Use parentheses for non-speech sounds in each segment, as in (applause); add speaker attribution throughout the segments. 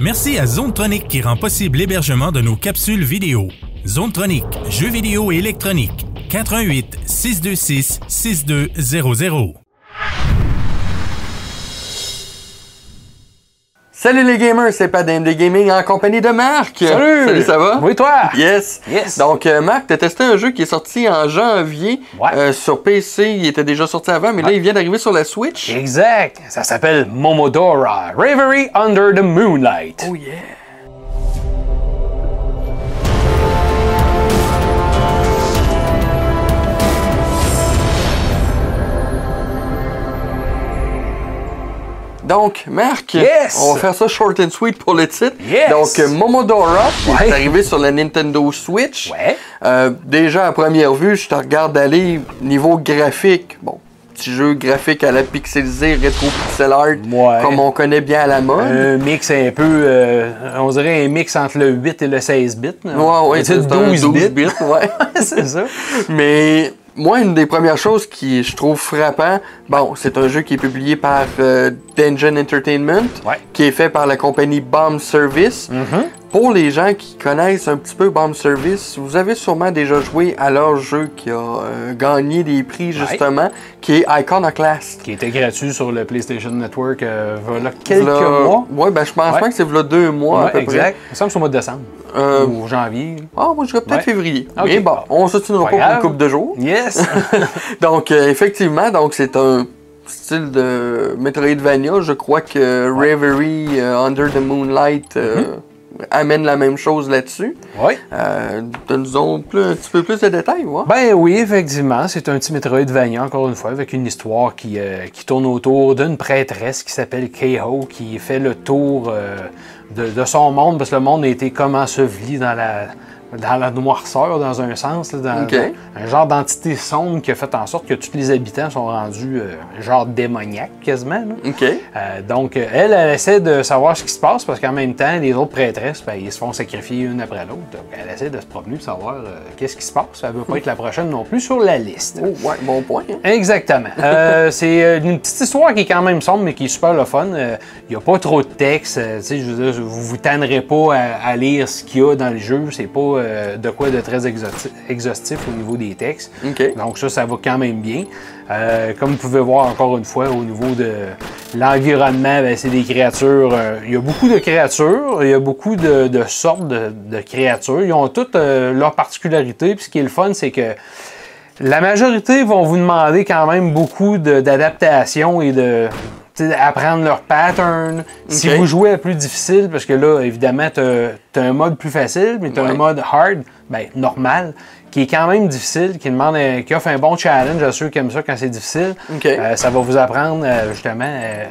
Speaker 1: Merci à Zone Tronic qui rend possible l'hébergement de nos capsules vidéo. Zone Tronic, jeux vidéo et électronique. 88 626 6200.
Speaker 2: Salut les gamers, c'est Pat d'AMD Gaming en compagnie de Marc.
Speaker 3: Salut!
Speaker 2: Salut, ça va?
Speaker 3: Oui, toi!
Speaker 2: Yes.
Speaker 3: Yes.
Speaker 2: Donc, euh, Marc, t'as testé un jeu qui est sorti en janvier
Speaker 3: Ouais.
Speaker 2: euh, sur PC. Il était déjà sorti avant, mais là, il vient d'arriver sur la Switch.
Speaker 3: Exact! Ça s'appelle Momodora, Reverie Under the Moonlight.
Speaker 2: Oh yeah! Donc, Marc,
Speaker 3: Yes!
Speaker 2: on va faire ça short and sweet pour le titre.
Speaker 3: Yes!
Speaker 2: Donc, euh, Momodora, qui
Speaker 3: Ouais.
Speaker 2: est arrivé sur la Nintendo Switch.
Speaker 3: Ouais.
Speaker 2: Euh, déjà, à première vue, je te regarde aller niveau graphique. Bon, petit jeu graphique à la pixelisée, rétro-pixel art,
Speaker 3: Ouais.
Speaker 2: comme on connaît bien à la mode.
Speaker 3: Un mix un peu, euh, on dirait un mix entre le 8 et le 16 bits.
Speaker 2: Ouais, ouais,
Speaker 3: c'est
Speaker 2: c'est
Speaker 3: 12,
Speaker 2: 12
Speaker 3: bits.
Speaker 2: bits, ouais.
Speaker 3: (laughs) c'est ça.
Speaker 2: Mais moi, une des premières choses qui je trouve frappant, bon, c'est un jeu qui est publié par euh, Dungeon Entertainment,
Speaker 3: Ouais. Mm-hmm.
Speaker 2: qui est fait par la compagnie Bomb Service. Pour les gens qui connaissent un petit peu Bomb Service, vous avez sûrement déjà joué à leur jeu qui a euh, gagné des prix justement, qui est Iconoclast.
Speaker 3: Qui était gratuit sur le PlayStation Network, euh, voilà quelques
Speaker 2: V'là-
Speaker 3: mois.
Speaker 2: Ouais, ben je pense
Speaker 3: Ouais.
Speaker 2: pas que c'est v'là deux mois à
Speaker 3: Ouais,
Speaker 2: peu
Speaker 3: exact. Il me semble que c'est au mois de décembre.
Speaker 2: près. Euh,
Speaker 3: Ou janvier.
Speaker 2: Ah, moi je dirais peut-être
Speaker 3: Ouais.
Speaker 2: février.
Speaker 3: Ok.
Speaker 2: Mais bon, on se tiendra pas
Speaker 3: Pas
Speaker 2: pour une
Speaker 3: grave.
Speaker 2: couple de jours. (laughs)
Speaker 3: Yes!
Speaker 2: Donc, euh, effectivement, donc c'est un style de Metroidvania. Je crois que Reverie, euh, Under the Moonlight euh, amène la même chose là-dessus.
Speaker 3: ouais.
Speaker 2: Euh, Donne-nous plus- un petit peu plus de détails, ouais.
Speaker 3: Ben oui, effectivement, c'est un petit Metroidvania, encore une fois, avec une histoire qui, euh, qui tourne autour d'une prêtresse qui s'appelle Keho, qui fait le tour euh, de, de son monde, parce que le monde a été comme enseveli dans la, dans la noirceur, dans un sens, là, dans,
Speaker 2: Ok.
Speaker 3: dans un genre d'entité sombre qui a fait en sorte que tous les habitants sont rendus euh, genre démoniaques, quasiment. là.
Speaker 2: OK.
Speaker 3: Euh, donc, euh, elle, elle essaie de savoir ce qui se passe parce qu'en même temps, les autres prêtresses, ben, ils se font sacrifier une après l'autre. Donc, elle essaie de se promener pour savoir euh, qu'est-ce qui se passe. Elle veut pas être la prochaine non plus sur la liste.
Speaker 2: Oh, ouais, bon point. hein.
Speaker 3: Exactement. Euh, (laughs) c'est euh, une petite histoire qui est quand même sombre, mais qui est super le fun. Il n'y a pas trop de texte. euh, tu sais, je veux dire, vous vous tannerez pas à, à lire ce qu'il y a dans le jeu. C'est pas euh, de quoi de très exhaustif, exhaustif au niveau des textes.
Speaker 2: OK.
Speaker 3: Donc ça, ça va quand même bien. Euh, comme vous pouvez voir encore une fois, au niveau de l'environnement, ben, c'est des créatures. euh, il y a beaucoup de créatures, il y a beaucoup de, de sortes de, de créatures. Ils ont toutes euh, leurs particularités. Puis ce qui est le fun, c'est que la majorité vont vous demander quand même beaucoup de- d'adaptation et de tu sais, apprendre leur pattern. Si
Speaker 2: Ok.
Speaker 3: vous jouez à plus difficile, parce que là, évidemment, tu as, un mode plus facile, mais tu as
Speaker 2: Ouais.
Speaker 3: un mode hard, ben normal, qui est quand même difficile, qui demande un- qui offre un bon challenge à ceux qui aiment ça quand c'est difficile.
Speaker 2: Ok.
Speaker 3: Euh, ça va vous apprendre euh, justement, euh,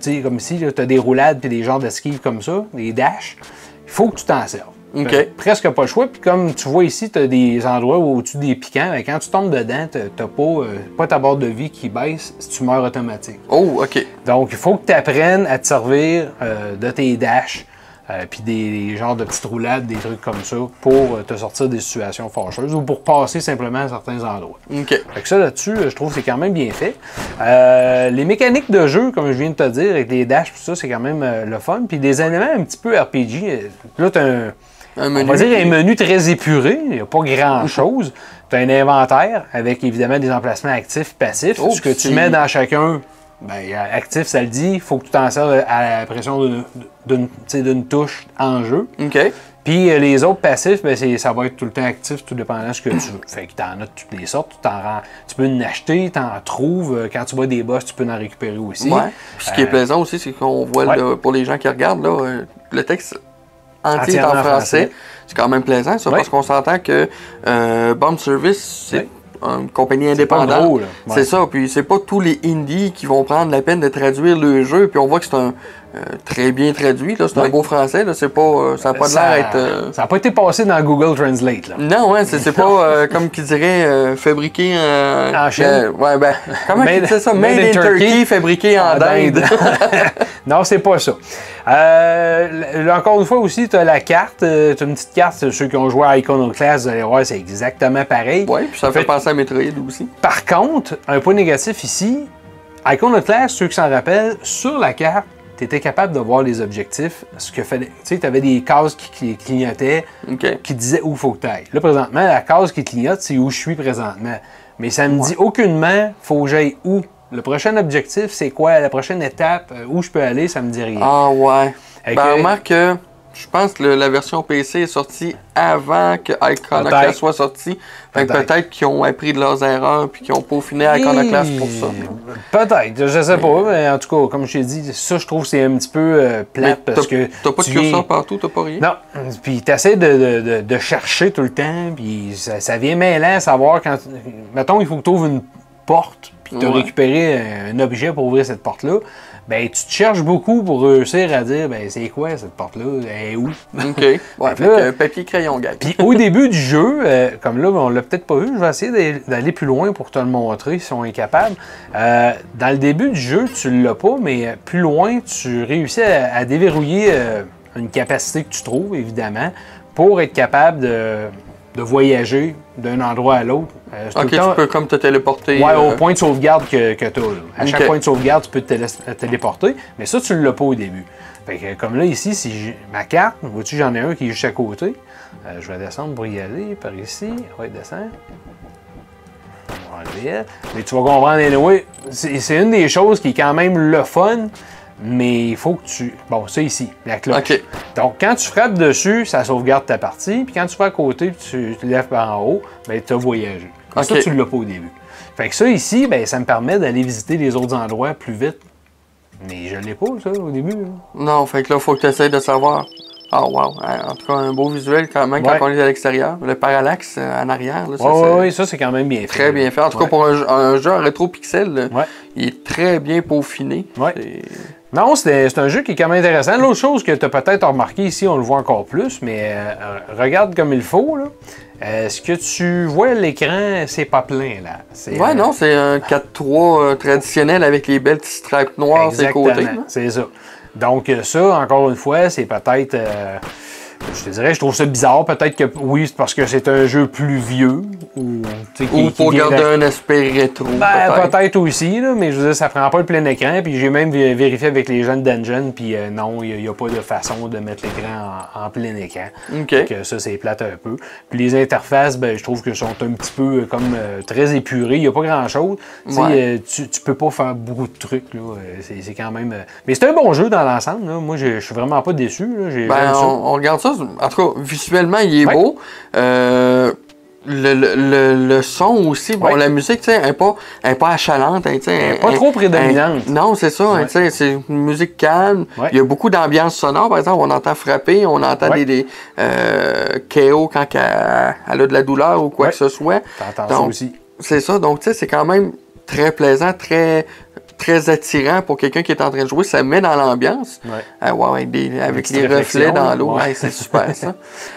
Speaker 3: tu sais, comme ici, tu as des roulades puis des genres d'esquives comme ça, des dashs. Il faut que tu t'en serves.
Speaker 2: Ok.
Speaker 3: Fait que presque pas le choix. Puis comme tu vois ici, tu as des endroits où tu des piquants. mais quand tu tombes dedans, tu n'as pas, euh, pas ta barre de vie qui baisse si tu meurs automatique.
Speaker 2: Oh, OK.
Speaker 3: Donc, il faut que tu apprennes à te servir euh, de tes dashs, euh, puis des, des genres de petites roulades, des trucs comme ça, pour euh, te sortir des situations fâcheuses ou pour passer simplement à certains endroits.
Speaker 2: OK.
Speaker 3: Fait que ça là-dessus, euh, je trouve que c'est quand même bien fait. Euh, les mécaniques de jeu, comme je viens de te dire, avec les dashs, tout ça, c'est quand même euh, le fun. Puis des éléments un petit peu RPG. euh, Là, t'as un,
Speaker 2: Un
Speaker 3: on
Speaker 2: menu.
Speaker 3: va dire un menu très épuré, il n'y a pas grand-chose. Tu as un inventaire avec évidemment des emplacements actifs et passifs.
Speaker 2: Oh,
Speaker 3: Ce que
Speaker 2: c'est-
Speaker 3: tu mets dans chacun, ben, actif, ça le dit, il faut que tu t'en serves à la pression d'une- d'une tu sais, d'une touche en jeu.
Speaker 2: OK.
Speaker 3: Puis euh, les autres passifs, ben, c'est- ça va être tout le temps actif, tout dépendant de ce que tu veux. Fait que t'en as de toutes les sortes, tu t'en rends- tu peux en acheter, t'en trouves. euh, Quand tu vois des boss, tu peux en récupérer aussi.
Speaker 2: Ouais. Puis ce qui est
Speaker 3: Euh,
Speaker 2: plaisant aussi, c'est qu'on voit,
Speaker 3: ouais.
Speaker 2: là, pour les gens qui regardent, là, euh, le texte entier est en
Speaker 3: Entièrement en
Speaker 2: français.
Speaker 3: français.
Speaker 2: C'est quand même plaisant, ça,
Speaker 3: Ouais.
Speaker 2: parce qu'on s'entend que euh, Bomb Service, c'est
Speaker 3: Ouais.
Speaker 2: une compagnie
Speaker 3: pas
Speaker 2: indépendante.
Speaker 3: gros, là. Ouais.
Speaker 2: C'est ça. Puis c'est pas tous les indies qui vont prendre la peine de traduire le jeu. Puis on voit que c'est un euh, très bien traduit. là. C'est un
Speaker 3: Ouais.
Speaker 2: beau français. Là. C'est pas, euh, ça n'a pas de
Speaker 3: ça-
Speaker 2: l'air être. euh,
Speaker 3: Ça n'a pas été passé dans Google Translate. Là.
Speaker 2: Non, ouais, c'est, c'est pas
Speaker 3: (laughs)
Speaker 2: euh, comme qui dirait euh, fabriqué euh,
Speaker 3: En Chine.
Speaker 2: euh, ouais, ben, comment
Speaker 3: Made-
Speaker 2: tu ça? Made,
Speaker 3: Made
Speaker 2: in
Speaker 3: in
Speaker 2: Turkey,
Speaker 3: Turkey,
Speaker 2: fabriqué en
Speaker 3: Ah,
Speaker 2: Inde.
Speaker 3: (laughs) non, c'est pas ça. Euh, là, encore une fois aussi, tu as la carte, euh, t'as une petite carte, ceux qui ont joué à Iconoclast, vous allez voir, c'est exactement pareil.
Speaker 2: ouais, puis ça fait
Speaker 3: Fait-
Speaker 2: penser à Metroid aussi.
Speaker 3: Par contre, un point négatif ici, Iconoclast, ceux qui s'en rappellent, sur la carte, tu étais capable de voir les objectifs. Ce que fallait, tu sais, tu avais des cases qui, qui clignotaient,
Speaker 2: OK.
Speaker 3: qui disaient où il faut que tu ailles. Là, présentement, la case qui clignote, c'est où je suis présentement. Mais ça me dit aucunement, faut que j'aille où. Le prochain objectif, c'est quoi? La prochaine étape, euh, où je peux aller, ça me dit rien.
Speaker 2: Ah ouais.
Speaker 3: Fait
Speaker 2: Ben,
Speaker 3: que-
Speaker 2: remarque que je pense que le- la version PC est sortie avant que
Speaker 3: Peut-être.
Speaker 2: Iconoclast soit sorti. Fait que
Speaker 3: Peut-être.
Speaker 2: peut-être qu'ils ont appris de leurs erreurs puis qu'ils ont peaufiné Iconoclast pour ça.
Speaker 3: Peut-être, je sais pas, mais en tout cas, comme je t'ai dit, ça, je trouve que c'est un petit peu euh,
Speaker 2: Mais
Speaker 3: plate
Speaker 2: t'as
Speaker 3: parce que.
Speaker 2: t'as pas de
Speaker 3: tu viens-
Speaker 2: curseur partout, t'as pas rien.
Speaker 3: Non, puis t'essaies de, de, de, de chercher tout le temps, puis ça, ça vient mêlant à savoir quand. Mettons, il faut que tu ouvres une porte, puis tu as
Speaker 2: Ouais.
Speaker 3: récupéré un, un objet pour ouvrir cette porte-là. Ben, tu te cherches beaucoup pour réussir à dire, ben, c'est quoi cette porte-là? Elle est où? (laughs)
Speaker 2: OK. Ouais, fait
Speaker 3: là-
Speaker 2: que euh, papier crayon, gars.
Speaker 3: Puis au début du jeu, euh, comme là, on l'a peut-être pas vu, je vais essayer d'aller- d'aller plus loin pour te le montrer si on est capable. Euh, dans le début du jeu, tu l'as pas, mais euh, plus loin, tu réussis à, à déverrouiller euh, une capacité que tu trouves, évidemment, pour être capable de, de voyager d'un endroit à l'autre. Euh, c'est tout
Speaker 2: OK,
Speaker 3: le temps-
Speaker 2: tu peux comme te téléporter.
Speaker 3: Ouais,
Speaker 2: euh,
Speaker 3: au point de sauvegarde que, que tu as. À chaque
Speaker 2: Ok.
Speaker 3: point de sauvegarde, tu peux te télé- euh, téléporter, mais ça, tu ne l'as pas au début. Fait que, comme là, ici, si j'ai- ma carte, vois-tu, j'en ai un qui est juste à côté. Euh, je vais descendre pour y aller, par ici. Ouais, descendre. On va enlever elle. Mais tu vas comprendre, anyway, c'est c'est une des choses qui est quand même le fun, mais il faut que tu... Bon, ça ici, la cloche.
Speaker 2: OK.
Speaker 3: Donc, quand tu frappes dessus, ça sauvegarde ta partie. Puis quand tu vas à côté, puis tu te lèves par en haut, ben, tu as voyagé. Mais Ça,
Speaker 2: Ok.
Speaker 3: tu ne l'as pas au début. Fait que ça, ici, ben, ça me permet d'aller visiter les autres endroits plus vite. Mais je ne l'ai pas, ça, au début. là.
Speaker 2: Non, fait que là, faut que tu essaies de savoir. Ah, wow. En en tout cas, un beau visuel quand même
Speaker 3: Ouais.
Speaker 2: quand on est à l'extérieur. Le parallaxe euh, en arrière, là, ça,
Speaker 3: Ouais,
Speaker 2: c'est
Speaker 3: ouais, ouais, ça, c'est quand même bien fait.
Speaker 2: très bien fait. En tout cas,
Speaker 3: Ouais.
Speaker 2: pour un, jeu- un jeu en rétro-pixel, là,
Speaker 3: Ouais.
Speaker 2: il est très bien peaufiné.
Speaker 3: Ouais.
Speaker 2: C'est-
Speaker 3: Non, c'est c'est un jeu qui est quand même intéressant. L'autre chose que tu as peut-être remarqué ici, on le voit encore plus, mais euh, regarde comme il faut. là. Euh, ce que tu vois à l'écran, c'est pas plein, là. C'est,
Speaker 2: Ouais,
Speaker 3: euh,
Speaker 2: non, c'est un 4-3 euh, traditionnel avec les belles petites stripes noires sur les
Speaker 3: Exactement,
Speaker 2: côtés. là.
Speaker 3: C'est ça. Donc, euh, ça, encore une fois, c'est peut-être. euh, je te dirais, je trouve ça bizarre. Peut-être que oui, c'est parce que c'est un jeu plus vieux. Ou, tu sais, qui-
Speaker 2: Ou
Speaker 3: qui
Speaker 2: pour
Speaker 3: vient
Speaker 2: garder
Speaker 3: d'a-
Speaker 2: un aspect rétro.
Speaker 3: Ben,
Speaker 2: peut-être.
Speaker 3: peut-être aussi, là, mais je veux dire, ça prend pas le plein écran. Puis j'ai même vé- vérifié avec les gens de Dungeon, puis euh, non, il n'y a, pas de façon de mettre l'écran en, en plein écran.
Speaker 2: OK.
Speaker 3: Fait que ça, c'est plate un peu. Puis les interfaces, ben, je trouve que sont un petit peu euh, comme euh, très épurées. Il n'y a pas grand-chose. Tu sais,
Speaker 2: Ouais.
Speaker 3: euh, tu, tu peux pas faire beaucoup de trucs. Là. Euh, C'est, c'est quand même. euh, Mais c'est un bon jeu dans l'ensemble. là. Moi, je, je suis vraiment pas déçu. là. J'ai-
Speaker 2: Ben,
Speaker 3: j'aime ça.
Speaker 2: on, on regarde ça. En tout cas, visuellement, il est
Speaker 3: Ouais.
Speaker 2: beau. Euh, le, le- le- le son aussi, bon,
Speaker 3: Ouais.
Speaker 2: la musique, tu sais, elle n'est pas, elle est pas achalante. Elle, tu sais, elle-
Speaker 3: pas
Speaker 2: elle-
Speaker 3: trop prédominante.
Speaker 2: elle- non, c'est ça. hein,
Speaker 3: Ouais.
Speaker 2: tu sais, c'est une musique calme.
Speaker 3: Ouais.
Speaker 2: Il y a beaucoup d'ambiance sonore. Par exemple, on entend frapper, on entend
Speaker 3: Ouais.
Speaker 2: des, des euh, KO quand qu'elle- elle a de la douleur ou quoi
Speaker 3: Ouais.
Speaker 2: que ce soit.
Speaker 3: T'entends ça
Speaker 2: Donc,
Speaker 3: aussi.
Speaker 2: C'est ça. Donc, tu sais, c'est quand même très plaisant, très, très attirant pour quelqu'un qui est en train de jouer. Ça met dans l'ambiance.
Speaker 3: Ouais.
Speaker 2: Ah ouais, avec, des- avec
Speaker 3: petite
Speaker 2: les reflets
Speaker 3: réflexion,
Speaker 2: dans l'eau.
Speaker 3: ouais.
Speaker 2: Ouais, c'est super,
Speaker 3: (laughs)
Speaker 2: ça.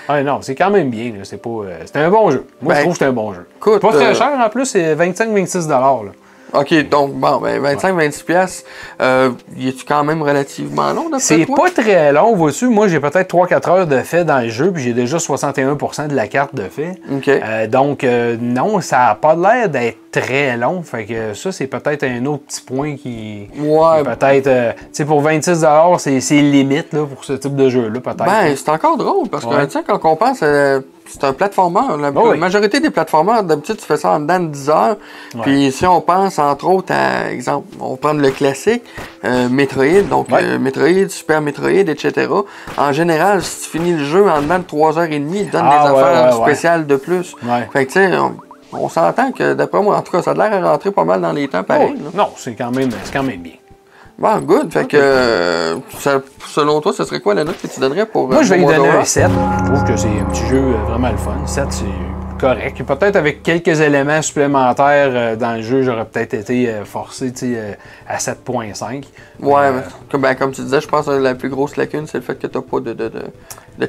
Speaker 3: Ah, non, c'est quand même bien. là. C'est, pas, euh, c'est un bon jeu. Moi,
Speaker 2: Ben,
Speaker 3: je trouve que c'est un bon jeu.
Speaker 2: écoute,
Speaker 3: pas très
Speaker 2: euh,
Speaker 3: cher en plus, c'est 25-26 là.
Speaker 2: OK, donc, bon, ben, 25-26 piastres, euh, il est-tu quand même relativement long, d'après
Speaker 3: C'est
Speaker 2: toi?
Speaker 3: pas très long, vois-tu. Moi, j'ai peut-être 3-4 heures de fait dans le jeu, puis j'ai déjà 61 de la carte de fait.
Speaker 2: OK.
Speaker 3: Euh, donc, euh, non, ça a pas l'air d'être très long. Fait que ça, c'est peut-être un autre petit point qui.
Speaker 2: Ouais,
Speaker 3: qui Peut-être. euh, tu sais, pour 26 c'est c'est limite là, pour ce type de jeu-là, peut-être.
Speaker 2: Ben, c'est encore drôle, parce que,
Speaker 3: Ouais.
Speaker 2: tu sais, quand on pense, euh, c'est un plateformeur. La,
Speaker 3: Oh oui.
Speaker 2: la majorité des plateformeurs, d'habitude, tu fais ça en dedans de 10 heures.
Speaker 3: Ouais.
Speaker 2: Puis si on pense, entre autres, à, exemple, on prend le classique, euh, Metroid, donc
Speaker 3: Ouais.
Speaker 2: euh, Metroid, Super Metroid, etc. En général, si tu finis le jeu en dedans de 3h30, il te donne
Speaker 3: Ah,
Speaker 2: des
Speaker 3: ouais,
Speaker 2: affaires
Speaker 3: ouais, ouais.
Speaker 2: spéciales de plus.
Speaker 3: Ouais.
Speaker 2: Fait que, tu sais, on, on s'entend que, d'après moi, en tout cas, ça a l'air à rentrer pas mal dans les temps pareil.
Speaker 3: Oh,
Speaker 2: là.
Speaker 3: non, c'est quand, même- c'est quand même bien.
Speaker 2: Bon, good. Fait que, euh, ça- selon toi, ce serait quoi la note que tu donnerais pour.
Speaker 3: Moi,
Speaker 2: euh,
Speaker 3: je vais lui
Speaker 2: pour
Speaker 3: donner
Speaker 2: Motorola?
Speaker 3: un 7. Je trouve que c'est un petit jeu euh, vraiment le fun. 7, c'est correct. Peut-être avec quelques éléments supplémentaires euh, dans le jeu, j'aurais peut-être été euh, forcé tu sais, euh, à 7.5.
Speaker 2: Ouais,
Speaker 3: Euh,
Speaker 2: mais comme, ben, comme tu disais, je pense que la plus grosse lacune, c'est le fait que t'as pas de, de, de, de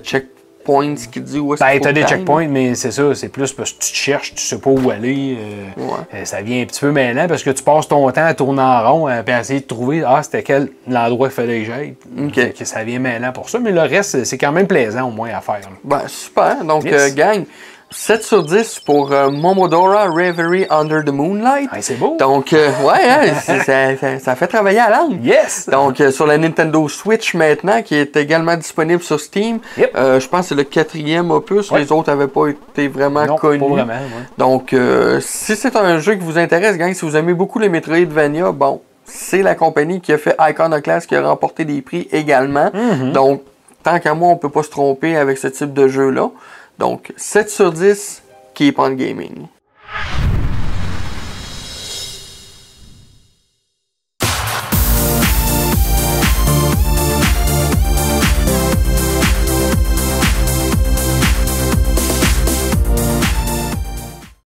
Speaker 2: checkpoints qui dit où est-ce
Speaker 3: Ben,
Speaker 2: qu'il faut
Speaker 3: t'as
Speaker 2: que
Speaker 3: des
Speaker 2: t'ailles.
Speaker 3: checkpoints, mais c'est ça, c'est plus parce que tu te cherches, tu sais pas où aller. euh,
Speaker 2: Ouais.
Speaker 3: euh, ça vient un petit peu mêlant parce que tu passes ton temps à tourner en rond euh, puis à essayer de trouver ah c'était quel l'endroit qu'il fallait que j'aille.
Speaker 2: Ok.
Speaker 3: Fait que Ça vient mêlant pour ça, mais le reste, c'est quand même plaisant au moins à faire. là.
Speaker 2: Ben, super. Donc,
Speaker 3: Yes.
Speaker 2: euh, gang, 7 sur 10 pour euh, Momodora Reverie Under the Moonlight.
Speaker 3: Hey, c'est beau.
Speaker 2: Donc, euh, ouais, hein, (laughs) c'est- ça, ça- ça fait travailler à l'âme.
Speaker 3: Yes!
Speaker 2: Donc, euh, sur la Nintendo Switch maintenant, qui est également disponible sur Steam,
Speaker 3: Yep.
Speaker 2: euh, je pense que c'est le quatrième opus.
Speaker 3: Ouais.
Speaker 2: Les autres n'avaient pas été vraiment
Speaker 3: non,
Speaker 2: connus.
Speaker 3: pas vraiment. ouais.
Speaker 2: Donc, euh, si c'est un jeu qui vous intéresse, gang, si vous aimez beaucoup les Metroidvania, bon, c'est la compagnie qui a fait Iconoclast qui a remporté des prix également. Donc, tant qu'à moi, on peut pas se tromper avec ce type de jeu-là. Donc, 7 sur 10, Keep on Gaming.